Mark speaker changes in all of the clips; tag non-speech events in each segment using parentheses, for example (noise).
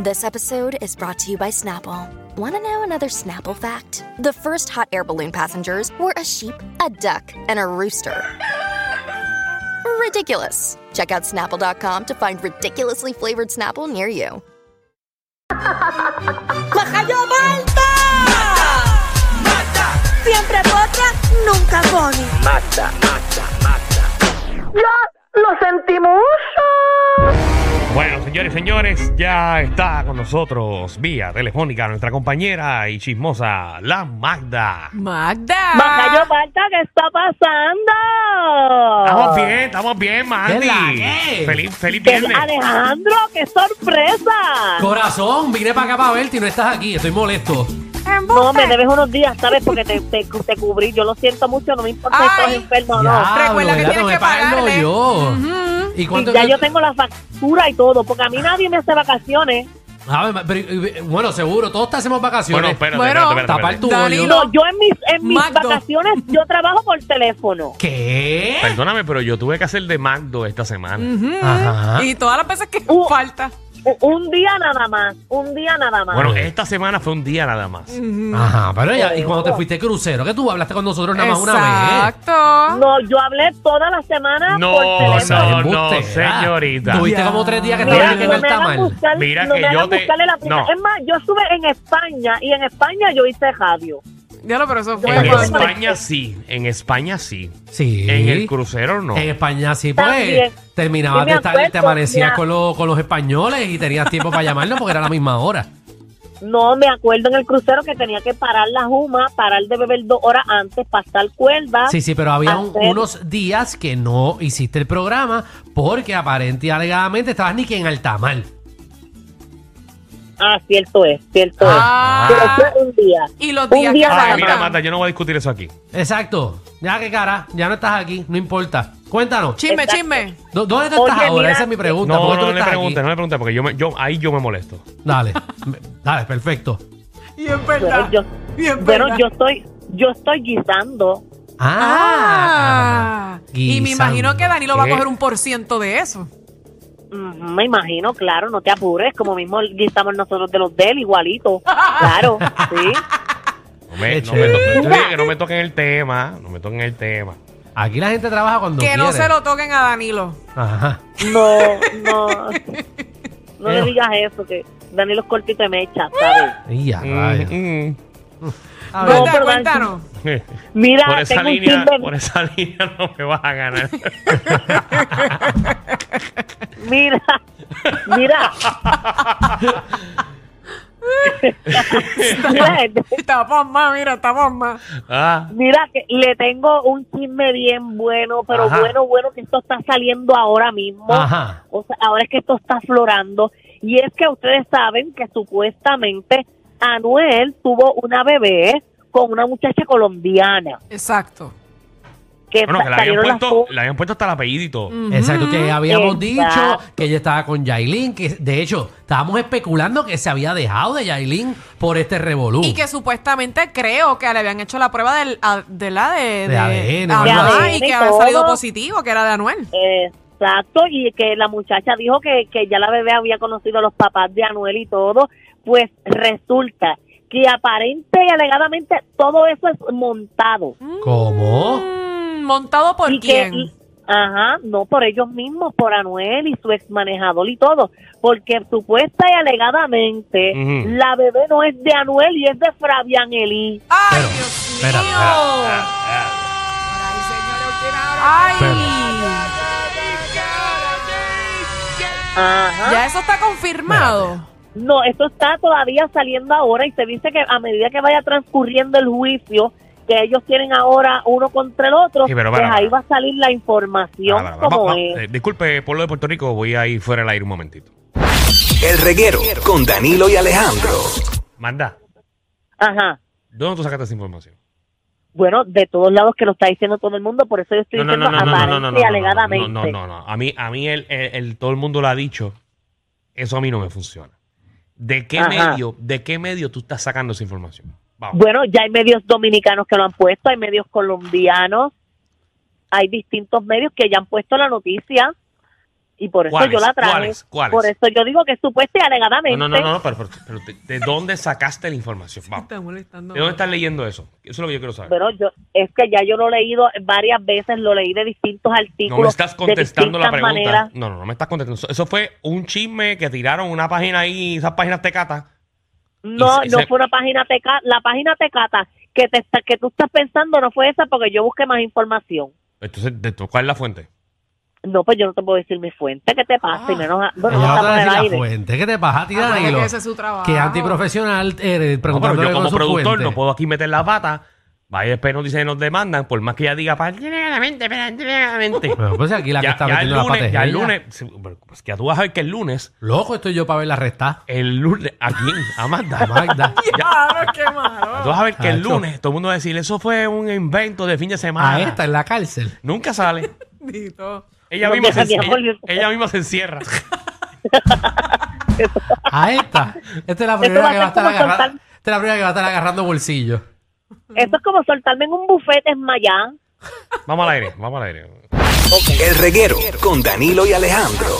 Speaker 1: This episode is brought to you by Snapple. Want to know another Snapple fact? The first hot air balloon passengers were a sheep, a duck, and a rooster. Ridiculous. Check out snapple.com to find ridiculously flavored Snapple near you.
Speaker 2: ¡Majayo Malta! Siempre potra, nunca pone.
Speaker 3: Bueno, señores, señores, ya está con nosotros vía telefónica nuestra compañera y chismosa, la Magda.
Speaker 4: Magda.
Speaker 2: ¡Majayo Malta, ¿qué está pasando?
Speaker 3: Estamos bien, estamos bien,
Speaker 4: ¿Qué la
Speaker 3: Magdi.
Speaker 4: qué?
Speaker 3: Feliz, feliz
Speaker 2: ¿Qué-
Speaker 3: viernes.
Speaker 2: Alejandro, qué sorpresa.
Speaker 4: Corazón, vine para acá para verte y no estás aquí, estoy molesto.
Speaker 2: No, me debes unos días, ¿sabes? Porque te, te, te cubrí. Yo lo siento mucho, no me importa si estás
Speaker 5: Ay.
Speaker 2: enfermo o no.
Speaker 4: Diablo,
Speaker 5: Recuerda que
Speaker 4: ¿verdad?
Speaker 5: tienes
Speaker 4: Tengo
Speaker 5: que
Speaker 4: pagarlo
Speaker 5: pagarle.
Speaker 4: yo. ¿Y cuánto
Speaker 2: Y ya
Speaker 4: que-
Speaker 2: yo tengo la factura y todo, porque a mí nadie me hace vacaciones.
Speaker 4: A ver, pero, eh, bueno, seguro, todos te hacemos
Speaker 3: Bueno,
Speaker 4: vacaciones.
Speaker 3: espérate,
Speaker 5: Bueno,
Speaker 3: espérate, espérate,
Speaker 4: tapar
Speaker 3: espérate.
Speaker 4: tu
Speaker 5: Dani,
Speaker 4: hoyo.
Speaker 5: no.
Speaker 2: No, yo en mis, en mis
Speaker 5: Magdo.
Speaker 2: vacaciones, yo trabajo por teléfono.
Speaker 4: ¿Qué?
Speaker 3: Perdóname, pero yo tuve que hacer de Magdo esta semana.
Speaker 4: Ajá.
Speaker 5: Y todas las veces que
Speaker 2: Uh.
Speaker 5: falta.
Speaker 2: U- Un día nada más, un día nada más.
Speaker 3: Bueno,
Speaker 4: Ajá.
Speaker 3: esta semana fue un día nada más.
Speaker 4: Ajá, pero ya, y cuando te fuiste crucero, que tú hablaste con nosotros nada más una vez.
Speaker 5: Exacto.
Speaker 2: No, yo hablé toda la semana
Speaker 3: No,
Speaker 2: por
Speaker 3: o
Speaker 2: teléfono.
Speaker 3: sea, No, no,
Speaker 4: embustera.
Speaker 3: señorita.
Speaker 4: Tuviste
Speaker 5: Ya.
Speaker 4: como tres días que
Speaker 3: Mira,
Speaker 4: estabas
Speaker 2: Mira,
Speaker 4: viviendo
Speaker 2: no
Speaker 4: el
Speaker 2: me hagan
Speaker 4: tamal.
Speaker 2: buscar,
Speaker 3: Mira
Speaker 2: no
Speaker 3: que
Speaker 2: me
Speaker 3: yo
Speaker 2: hagan
Speaker 3: te-
Speaker 2: buscarle la primera.
Speaker 3: no.
Speaker 2: Es más, yo estuve en España y en España yo hice radio.
Speaker 5: Ya lo, pero eso fue
Speaker 3: En
Speaker 2: Bueno,
Speaker 5: cuando-
Speaker 3: España sí, en España sí.
Speaker 4: Sí.
Speaker 3: En el crucero no.
Speaker 4: En España sí,
Speaker 2: También.
Speaker 4: pues. Terminabas
Speaker 2: Sí, me
Speaker 4: de estar y te
Speaker 2: acuerdo,
Speaker 4: amanecías
Speaker 2: ya.
Speaker 4: con, los- con los españoles y tenías tiempo para llamarnos porque era la misma hora.
Speaker 2: No, me acuerdo en el crucero que tenía que parar la juma, parar de beber dos horas antes, pasar cuerda.
Speaker 4: Sí, sí, pero había un-
Speaker 2: hacer-
Speaker 4: unos días que no hiciste el programa porque aparente y alegadamente estabas ni que en Altamar.
Speaker 2: Ah, cierto es, cierto
Speaker 5: Ah.
Speaker 2: es. Pero fue un día.
Speaker 5: Y los
Speaker 2: Un
Speaker 5: días
Speaker 2: día
Speaker 5: que
Speaker 2: nada
Speaker 3: Ay,
Speaker 2: Magda.
Speaker 3: mira,
Speaker 5: faltan.
Speaker 3: Magda, yo no voy a discutir eso aquí.
Speaker 4: Exacto. Ya que cara, ya no estás aquí, no importa. Cuéntanos.
Speaker 5: Chisme,
Speaker 2: Exacto.
Speaker 5: chisme.
Speaker 4: ¿dó- ¿Dónde tú estás
Speaker 2: Oye,
Speaker 4: ahora?
Speaker 2: mira-
Speaker 4: Esa es mi pregunta.
Speaker 3: No,
Speaker 4: ¿Por qué tú
Speaker 3: no le
Speaker 4: estás
Speaker 3: preguntes, no
Speaker 4: aquí?
Speaker 3: le preguntes, porque yo me- yo, ahí yo me molesto.
Speaker 4: Dale, me- dale, perfecto.
Speaker 5: Bien verdad.
Speaker 2: Bueno, yo,
Speaker 5: Bien
Speaker 2: bueno,
Speaker 5: verdad.
Speaker 2: yo estoy, yo estoy guisando.
Speaker 5: Ah. Y me
Speaker 4: Guisando.
Speaker 5: imagino que Danilo va a
Speaker 3: ¿Qué?
Speaker 5: coger un por ciento de eso.
Speaker 2: Ujú, mm, Me imagino, claro, no te apures, como mismo guisamos nosotros de los de
Speaker 5: (laughs)
Speaker 2: él, igualito. Claro, sí.
Speaker 3: No me, no
Speaker 4: Qué
Speaker 3: me to-
Speaker 4: chévere.
Speaker 3: yo dije que no me toquen el tema, no me toquen el tema.
Speaker 4: Aquí la gente trabaja cuando
Speaker 5: que
Speaker 4: quiere.
Speaker 5: no se lo toquen a Danilo.
Speaker 4: Ajá.
Speaker 2: No,
Speaker 5: (laughs)
Speaker 2: no. No le
Speaker 4: Eh.
Speaker 2: digas eso, que Danilo es cortito de mecha, ¿sabes?
Speaker 5: (laughs)
Speaker 4: Y ya, vaya.
Speaker 3: Mm, mm.
Speaker 4: A ver.
Speaker 2: No,
Speaker 5: Magda,
Speaker 2: pero
Speaker 5: cuéntanos.
Speaker 3: por
Speaker 2: Mira,
Speaker 3: esa
Speaker 2: tengo un
Speaker 3: línea,
Speaker 2: chisme.
Speaker 3: por e- esa (laughs) línea no me vas a
Speaker 2: (laughs)
Speaker 3: ganar. (laughs)
Speaker 2: Mira, mira. (laughs)
Speaker 5: (laughs)
Speaker 2: mira, (laughs)
Speaker 5: Estamos más, mira, estamos más.
Speaker 3: Ah,
Speaker 2: mira que le tengo un chisme bien bueno, pero
Speaker 3: Ajá.
Speaker 2: bueno, bueno, que esto está saliendo ahora mismo.
Speaker 4: Ajá.
Speaker 2: O sea, ahora es que esto está aflorando. Y es que ustedes saben que supuestamente Anuel tuvo una bebé con una muchacha colombiana.
Speaker 5: Exacto.
Speaker 2: Que
Speaker 3: bueno, que
Speaker 2: sa-
Speaker 3: le habían,
Speaker 2: salieron las Mm.
Speaker 3: puesto,
Speaker 2: fotos.
Speaker 3: le habían puesto hasta el apellidito.
Speaker 4: Exacto, que habíamos
Speaker 2: Exacto.
Speaker 4: dicho que ella estaba con Yailin, que de hecho estábamos especulando que se había dejado de Yailin por este revolú.
Speaker 5: Y que supuestamente creo que le habían hecho la prueba del, a- de la de,
Speaker 4: De ADN o
Speaker 5: Ajá,
Speaker 2: algo así.
Speaker 5: y que
Speaker 2: De
Speaker 5: había
Speaker 2: todo.
Speaker 5: salido positivo, que era de Anuel.
Speaker 2: Exacto, y que la muchacha dijo que, que ya la bebé había conocido a los papás de Anuel y todo, pues resulta que aparente y alegadamente todo eso es montado.
Speaker 4: ¿Cómo?
Speaker 5: Mm, ¿Montado por
Speaker 2: y
Speaker 5: quién?
Speaker 2: Que, y- ajá, no por ellos mismos, por Anuel y su ex manejador y todo, porque supuesta y alegadamente
Speaker 3: Ujú.
Speaker 2: la bebé no es de Anuel y es de Fabián Elí.
Speaker 5: ¡Ay,
Speaker 4: Pero,
Speaker 5: Dios
Speaker 4: espera,
Speaker 5: mío!
Speaker 3: Ah,
Speaker 5: ¡Ay!
Speaker 2: Ajá.
Speaker 5: Ya eso está confirmado.
Speaker 2: No, esto está todavía saliendo ahora y se dice que a medida que vaya transcurriendo el juicio que ellos tienen ahora uno contra el otro,
Speaker 3: Sí, pero
Speaker 2: pues
Speaker 3: para, para.
Speaker 2: ahí va a salir la información
Speaker 3: para, para,
Speaker 2: como
Speaker 3: va- va-
Speaker 2: es.
Speaker 3: eh, disculpe, pueblo de Puerto Rico, voy a ir fuera del aire un momentito.
Speaker 6: El reguero con Danilo y Alejandro.
Speaker 3: Manda,
Speaker 2: Ajá.
Speaker 3: ¿de dónde tú sacaste esa información?
Speaker 2: Bueno, de todos lados que lo está diciendo todo el mundo, por eso yo estoy diciendo aparente y alegadamente.
Speaker 3: no, no, no, no. A mí, a mí el, el- el- todo el mundo lo ha dicho. Eso a mí no me funciona. ¿De qué
Speaker 2: Ajá.
Speaker 3: medio, de qué medio tú estás sacando esa información? Vamos.
Speaker 2: Bueno, ya hay medios dominicanos que lo han puesto, hay medios colombianos, hay distintos medios que ya han puesto la noticia y por eso
Speaker 3: ¿Cuáles?
Speaker 2: yo la traje.
Speaker 3: ¿Cuáles? ¿Cuáles?
Speaker 2: Por eso yo digo que supuesta y alegadamente.
Speaker 3: no, no, no, no, pero, pero- pero ¿de- ¿de dónde sacaste la información? Vamos.
Speaker 5: Está molestando.
Speaker 3: ¿De dónde estás leyendo eso? Eso es lo que yo quiero saber.
Speaker 2: Pero yo, es que ya yo lo he leído varias veces, lo leí de distintos artículos.
Speaker 3: No me estás
Speaker 2: de
Speaker 3: contestando la
Speaker 2: distintas
Speaker 3: pregunta.
Speaker 2: maneras.
Speaker 3: No, no, no me estás contestando. Eso- Eso fue un chisme que tiraron una página ahí, esas páginas tecatas.
Speaker 2: No,
Speaker 3: Y se-
Speaker 2: no
Speaker 3: se-
Speaker 2: fue una página teca, la página tecata que te está- que tú estás pensando no fue esa porque yo busqué más información.
Speaker 3: Entonces, ¿de tu- ¿cuál es la fuente?
Speaker 2: No, pues yo no te puedo decir mi fuente, ¿qué te pasa? y menos, a- bueno,
Speaker 4: Ah. Ella va
Speaker 2: no
Speaker 4: a
Speaker 2: estamos en
Speaker 4: traer
Speaker 2: el
Speaker 4: la
Speaker 2: aire.
Speaker 4: fuente. ¿Qué te pasa a ti,
Speaker 5: Ah,
Speaker 4: Danilo?
Speaker 5: que ese es su trabajo.
Speaker 4: Que antiprofesional eres
Speaker 3: No, pero
Speaker 4: preguntándole
Speaker 3: yo como
Speaker 4: con su
Speaker 3: productor
Speaker 4: fuente.
Speaker 3: no puedo aquí meter la pata. Vaya, después nos dicen, nos demandan, por más que ella diga, "Pues, "Perdóname, perdóname".
Speaker 4: Pero pues aquí la que
Speaker 3: ya,
Speaker 4: está
Speaker 3: ya el
Speaker 4: metiendo la pata
Speaker 3: lunes,
Speaker 4: es
Speaker 3: ya el
Speaker 4: ella.
Speaker 3: lunes, sí, pero, pues que ya tú vas a ver que el lunes,
Speaker 4: Loco estoy yo para ver la resta.
Speaker 3: el lunes, ¿a quién?
Speaker 4: (laughs)
Speaker 3: Amanda. (laughs)
Speaker 4: Magda.
Speaker 5: Claro, qué malo.
Speaker 3: Tú vas a ver que el
Speaker 4: Chacho.
Speaker 3: lunes todo el mundo va a decir, eso fue un invento de fin de semana.
Speaker 4: a esta en la cárcel.
Speaker 3: Nunca sale.
Speaker 5: Bendito.
Speaker 3: Ella
Speaker 2: No
Speaker 3: misma, se,
Speaker 2: deja que
Speaker 3: ella-
Speaker 2: hable.
Speaker 3: ella misma se encierra.
Speaker 2: (laughs)
Speaker 4: A esta. Esta es la
Speaker 2: va
Speaker 4: primera
Speaker 2: a
Speaker 4: que va a
Speaker 2: ser
Speaker 4: estar
Speaker 2: como
Speaker 4: agarrando.
Speaker 2: soltar-
Speaker 4: Esta es la primera que va a estar agarrando bolsillo.
Speaker 2: Eso es como soltarme en un bufete en Mayá.
Speaker 3: Vamos al aire, vamos al aire.
Speaker 6: El reguero con Danilo y Alejandro.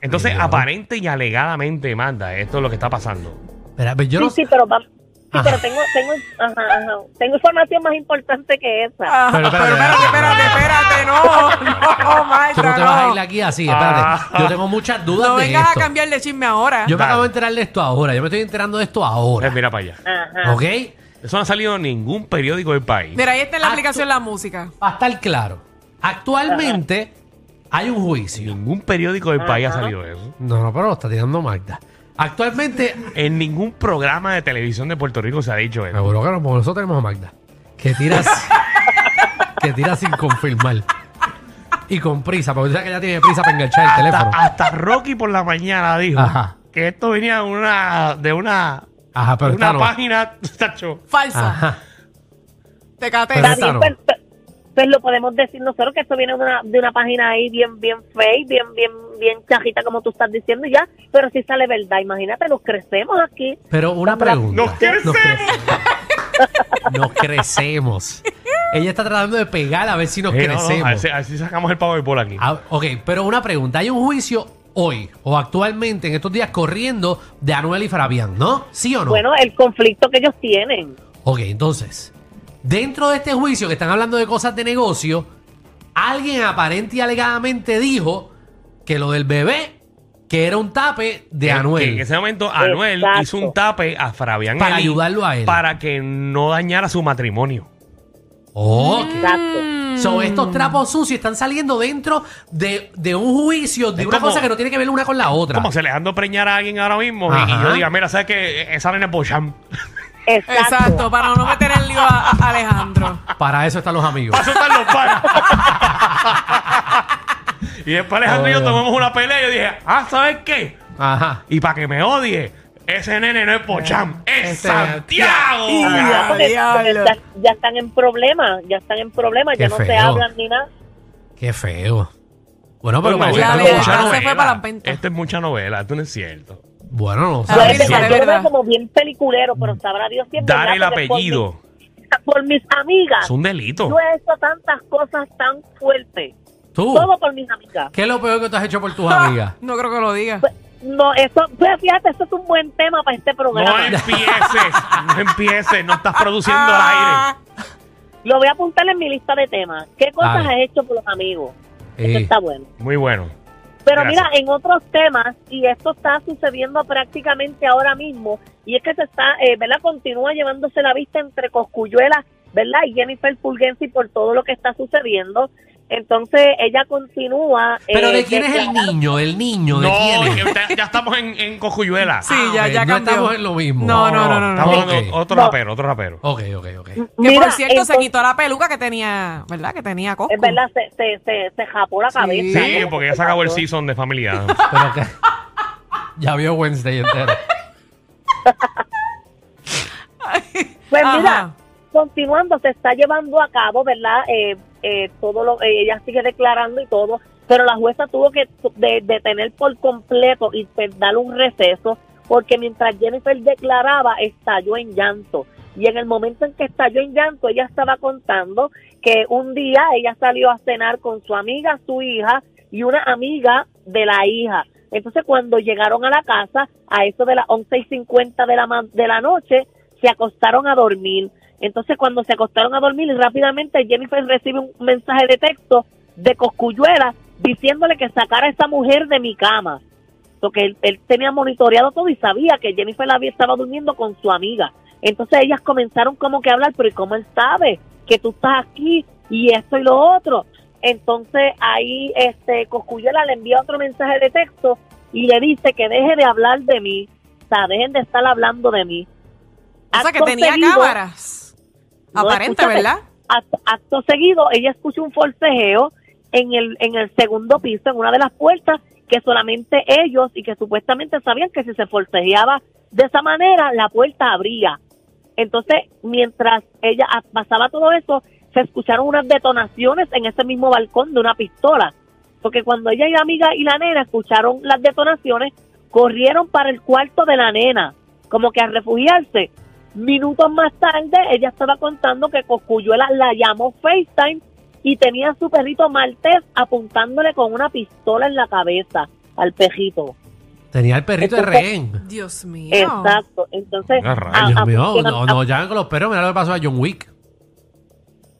Speaker 3: Entonces, aparente y alegadamente, manda, esto es lo que está pasando.
Speaker 4: Espera, pero yo
Speaker 2: Sí,
Speaker 4: no
Speaker 2: sí, pero, va- sí,
Speaker 4: Ajá.
Speaker 2: pero tengo, tengo, ajá, ajá. tengo información más importante que esa.
Speaker 5: Ah,
Speaker 4: Pero
Speaker 5: Pero,
Speaker 4: espérate,
Speaker 5: espérate, espérate, espérate, no. No,
Speaker 4: Tú
Speaker 5: Magda,
Speaker 4: no te vas a ir
Speaker 5: no.
Speaker 4: aquí así, espérate. Yo tengo muchas dudas
Speaker 5: No
Speaker 4: de
Speaker 5: vengas
Speaker 4: esto.
Speaker 5: a cambiar de chisme ahora.
Speaker 4: Yo me
Speaker 3: Ah. Dale.
Speaker 4: acabo de enterar de esto ahora. Yo me estoy enterando de esto ahora.
Speaker 3: Eh, mira para allá.
Speaker 2: Ajá.
Speaker 4: ¿Ok?
Speaker 3: Eso no ha salido en ningún periódico del país.
Speaker 5: Mira, ahí está en la
Speaker 4: Ah,
Speaker 5: aplicación la música.
Speaker 4: Para estar claro, actualmente hay un juicio.
Speaker 3: Ningún periódico del país ha salido eso.
Speaker 4: No, no, pero lo está tirando Magda. Actualmente,
Speaker 3: En ningún programa de televisión de Puerto Rico se ha dicho eso.
Speaker 4: seguro que no, porque nosotros tenemos a Magda. Que tiras. (laughs) que tira sin confirmar. Y con prisa, porque tú sabes que ella tiene prisa para enganchar el
Speaker 3: Hasta,
Speaker 4: teléfono.
Speaker 3: hasta Rocky por la mañana dijo
Speaker 4: Ajá.
Speaker 3: que esto venía de una, de una,
Speaker 4: Ajá, pero
Speaker 3: de una
Speaker 4: esta no.
Speaker 3: página, (laughs) tacho.
Speaker 5: Falsa.
Speaker 4: Ajá.
Speaker 5: Te
Speaker 4: Pero
Speaker 2: Está
Speaker 5: caté.
Speaker 4: esta
Speaker 2: bien,
Speaker 4: no.
Speaker 2: pues, pues- pues lo podemos decir nosotros que esto viene de una, de una página ahí bien, bien fake, bien, bien, bien chajita como tú estás diciendo y ya, pero si sale verdad, imagínate, nos crecemos aquí.
Speaker 4: Pero una pregunta.
Speaker 3: Nos crecemos.
Speaker 4: cre- Nos crecemos. Ella está tratando de pegar a ver si nos
Speaker 3: Eh, no, no,
Speaker 4: crecemos.
Speaker 3: a ver si- a ver si sacamos el powerball aquí.
Speaker 4: Ah, ok, pero una pregunta. Hay un juicio hoy o actualmente en estos días corriendo de Anuel y Fabián, ¿no? ¿Sí o no?
Speaker 2: Bueno, el conflicto que ellos tienen.
Speaker 4: Ok, entonces, dentro de este juicio que están hablando de cosas de negocio, alguien aparente y alegadamente dijo que lo del bebé, que era un tape de
Speaker 3: Que-
Speaker 4: Anuel.
Speaker 3: que en ese momento Anuel
Speaker 2: Exacto.
Speaker 3: hizo un tape a Fabián
Speaker 4: Para
Speaker 3: Elí
Speaker 4: ayudarlo a él.
Speaker 3: Para que no dañara su matrimonio.
Speaker 4: Ok.
Speaker 2: Exacto.
Speaker 4: Mm, So, estos
Speaker 5: Mm.
Speaker 4: trapos sucios están saliendo dentro de, de un juicio, de
Speaker 3: Es
Speaker 4: una
Speaker 3: como-
Speaker 4: cosa que no tiene que ver una con la otra.
Speaker 3: Como se le ando preñar a alguien ahora mismo y- y,
Speaker 4: Ajá.
Speaker 3: yo diga, mira, ¿sabes que Esa nena es Bocham.
Speaker 2: Exacto.
Speaker 5: Exacto, para no meter el lío a, a Alejandro.
Speaker 4: Para eso están los amigos.
Speaker 3: Para eso están los panas. y después Alejandro y yo tomamos una pelea y yo dije, ah, ¿sabes qué?
Speaker 4: Ajá.
Speaker 3: Y para que me odie, ese nene no es Bocham, es
Speaker 4: Este-
Speaker 3: Santiago.
Speaker 2: Ajá, porque- porque
Speaker 5: diablo.
Speaker 2: ya, ya están en problemas, ya están en problemas, ya
Speaker 4: Qué
Speaker 2: no se
Speaker 4: feo.
Speaker 2: hablan ni nada.
Speaker 4: Qué feo. Bueno,
Speaker 3: Bueno,
Speaker 4: pero
Speaker 3: esto
Speaker 4: parece que
Speaker 5: la
Speaker 3: es
Speaker 4: no
Speaker 5: lealtad
Speaker 4: lo
Speaker 3: mucha
Speaker 4: van a-
Speaker 5: se fue
Speaker 3: novela.
Speaker 5: para las ventas.
Speaker 3: Esto es mucha novela, esto no es cierto.
Speaker 4: Bueno, no
Speaker 3: Ah,
Speaker 5: A ver,
Speaker 4: sabes.
Speaker 5: sale
Speaker 2: yo lo
Speaker 5: verdad.
Speaker 2: veo como bien peliculero, pero sabrá Dios si es
Speaker 3: Dar el
Speaker 2: verdad, porque por
Speaker 3: apellido
Speaker 2: mis- Por mis, amigas.
Speaker 3: es un delito.
Speaker 2: Yo he hecho tantas cosas tan fuertes.
Speaker 3: Uh.
Speaker 4: Tú,
Speaker 2: Todo por mis amigas.
Speaker 4: ¿qué es lo peor que tú has hecho por tus amigas?
Speaker 5: No creo que lo diga.
Speaker 2: Pues, No, eso, pues, fíjate, eso es un buen tema para este
Speaker 3: No
Speaker 2: programa.
Speaker 3: empieces, no empieces, no estás produciendo al
Speaker 5: Ah.
Speaker 3: aire.
Speaker 2: Lo voy a apuntar en mi lista de temas. ¿Qué cosas
Speaker 4: Dale.
Speaker 2: has hecho por los amigos? Eso
Speaker 4: Eh,
Speaker 2: está bueno.
Speaker 3: Muy bueno.
Speaker 2: Pero
Speaker 3: Gracias.
Speaker 2: mira, en otros temas, y esto está sucediendo prácticamente ahora mismo, y es que se está, eh, ¿verdad? Continúa llevándose la vista entre Coscuyuela, ¿verdad? Y Jennifer Pulgensi por todo lo que está sucediendo. Entonces ella continúa.
Speaker 4: pero
Speaker 2: eh,
Speaker 4: ¿de quién es el
Speaker 2: declarando-
Speaker 4: niño? ¿El niño? ¿De
Speaker 3: No,
Speaker 4: quién es? Ah,
Speaker 3: que ya, ya estamos en, en Cojuyuela.
Speaker 5: Sí, ya,
Speaker 4: Ok,
Speaker 5: ya
Speaker 4: no
Speaker 5: cambió.
Speaker 4: estamos en lo mismo.
Speaker 5: No, no, no, no. no.
Speaker 3: Estamos
Speaker 4: Ok.
Speaker 3: en otro
Speaker 2: No.
Speaker 3: rapero, otro rapero.
Speaker 4: Ok, ok, ok.
Speaker 5: Que
Speaker 2: Mira,
Speaker 5: por cierto se
Speaker 2: entonces-
Speaker 5: quitó la peluca que tenía, ¿verdad? Que tenía Coscu.
Speaker 2: Es verdad, se, se, se, se japó la
Speaker 5: Sí.
Speaker 2: cabeza.
Speaker 5: (laughs)
Speaker 2: Pues
Speaker 3: Sí, porque ya se acabó el season de familia.
Speaker 4: Pero que- Ya vio Wednesday entero.
Speaker 2: Pues
Speaker 5: Ajá.
Speaker 2: mira, continuando, se está llevando a cabo, ¿verdad? Eh, eh, todo lo, eh, ella sigue declarando y todo, pero la jueza tuvo que de- detener por completo y pues, darle un receso, porque mientras Jennifer declaraba, estalló en llanto. Y en el momento en que estalló en llanto, ella estaba contando que un día ella salió a cenar con su amiga, su hija y una amiga de la hija. Entonces cuando llegaron a la casa, a eso de las 11 y 50 de la, ma- de la noche, se acostaron a dormir. Entonces cuando se acostaron a dormir, rápidamente Jennifer recibe un mensaje de texto de Cosculluela diciéndole que sacara a esa mujer de mi cama. Porque él, él tenía monitoreado todo y sabía que Jennifer la había- estaba durmiendo con su amiga. Entonces ellas comenzaron como que a hablar, pero ¿y cómo él sabe que tú estás aquí y esto y lo otro? Entonces ahí este Cosculluela le envía otro mensaje de texto y le dice que deje de hablar de mí, o sea, dejen de estar hablando de mí.
Speaker 5: O sea, que
Speaker 2: Acto
Speaker 5: tenía
Speaker 2: seguido-
Speaker 5: cámaras.
Speaker 2: No,
Speaker 5: Aparente,
Speaker 2: escúchate,
Speaker 5: ¿verdad?
Speaker 2: Acto, acto seguido, ella escucha un forcejeo en el, en el segundo piso, en una de las puertas, que solamente ellos y que supuestamente sabían que si se forcejeaba de esa manera, la puerta abría. Entonces, mientras ella a- pasaba todo eso, se escucharon unas detonaciones en ese mismo balcón de una pistola. Porque cuando ella y la amiga y la nena escucharon las detonaciones, corrieron para el cuarto de la nena, como que a refugiarse. Minutos más tarde, ella estaba contando que Coscuyuela la llamó FaceTime y tenía a su perrito maltés apuntándole con una pistola en la cabeza al perrito.
Speaker 4: Tenía el perrito de
Speaker 2: Entonces-
Speaker 4: rehén.
Speaker 5: Dios mío.
Speaker 2: Exacto. Entonces,
Speaker 3: Ah, rayos.
Speaker 4: Dios
Speaker 2: a- a-
Speaker 4: mío,
Speaker 2: que-
Speaker 4: no,
Speaker 5: ah.
Speaker 4: no, ya con los perros, mira lo que pasó a John Wick.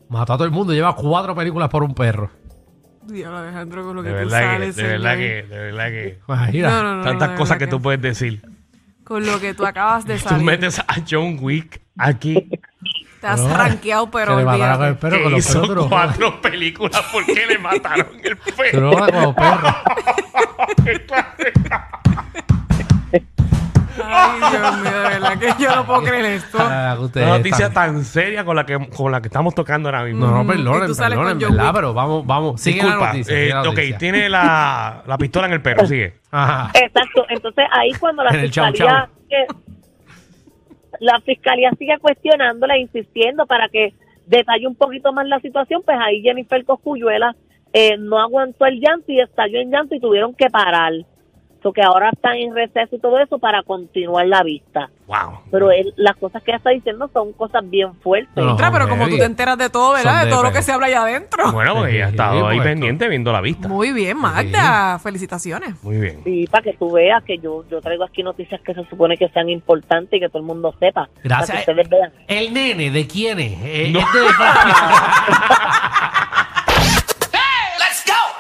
Speaker 4: Mató a todo el mundo, lleva cuatro películas por un perro.
Speaker 5: Diablo, Alejandro, con lo que
Speaker 3: De
Speaker 5: tú
Speaker 3: verdad que,
Speaker 5: sales.
Speaker 3: de verdad
Speaker 5: señor.
Speaker 3: que, de verdad que.
Speaker 4: Imagina.
Speaker 5: No, no, no,
Speaker 3: Tantas
Speaker 5: de
Speaker 3: cosas
Speaker 5: verdad
Speaker 3: que tú puedes decir.
Speaker 5: Con lo que tú acabas de
Speaker 3: (laughs) Tú
Speaker 5: salir.
Speaker 3: metes a John Wick aquí.
Speaker 5: Te has
Speaker 4: No.
Speaker 5: ranqueado, pero
Speaker 4: que le mataron con el
Speaker 5: olvídate.
Speaker 4: perro,
Speaker 3: que
Speaker 4: con los
Speaker 3: hizo
Speaker 4: perros tú no jodas.
Speaker 3: cuatro películas. ¿Por qué le mataron el
Speaker 4: Tú no
Speaker 3: perro?
Speaker 4: jodas con
Speaker 3: (laughs)
Speaker 4: los perros.
Speaker 5: Ay, Dios mío, de verdad que yo no puedo creer esto.
Speaker 4: Ah, ustedes
Speaker 3: Una noticia
Speaker 4: están-
Speaker 3: tan seria con la que, con la que estamos tocando ahora mismo.
Speaker 4: No, no,
Speaker 5: Y
Speaker 4: perdonen,
Speaker 5: tú sales
Speaker 4: perdonen,
Speaker 5: con John
Speaker 4: ¿verdad?
Speaker 5: Wick.
Speaker 4: Pero vamos, vamos. Sigue la
Speaker 3: Disculpa.
Speaker 4: noticia.
Speaker 3: eh,
Speaker 4: sigue la
Speaker 3: ok,
Speaker 4: noticia.
Speaker 3: tiene la, la pistola en el perro, sigue.
Speaker 4: Ajá.
Speaker 2: Exacto. Entonces ahí cuando la
Speaker 4: (laughs) En el chau,
Speaker 2: fiscalía eh, (laughs) la fiscalía sigue cuestionándola, e insistiendo para que detalle un poquito más la situación, pues ahí Jennifer Cosculluela eh, no aguantó el llanto y estalló en llanto y tuvieron que parar. So que ahora están en receso y todo eso para continuar la vista.
Speaker 3: Wow.
Speaker 2: Pero él- las cosas que ella está diciendo son cosas bien fuertes.
Speaker 4: No, no.
Speaker 5: Entra, pero como tú te enteras de todo, ¿verdad?
Speaker 4: Son
Speaker 5: De todo lo
Speaker 4: depres.
Speaker 5: que se habla allá adentro.
Speaker 3: Bueno,
Speaker 4: (laughs)
Speaker 3: pues ella ha
Speaker 4: Sí,
Speaker 3: estado ahí
Speaker 4: pues,
Speaker 3: pendiente viendo la vista.
Speaker 5: Muy bien, Magda. Felicitaciones.
Speaker 3: Muy bien.
Speaker 2: Sí, para que tú veas que yo, yo traigo aquí noticias que se supone que sean importantes y que todo el mundo sepa. Para
Speaker 4: Gracias.
Speaker 2: que ustedes vean.
Speaker 4: El nene, ¿de quién es? Eh,
Speaker 3: No.
Speaker 4: es de-
Speaker 3: (laughs)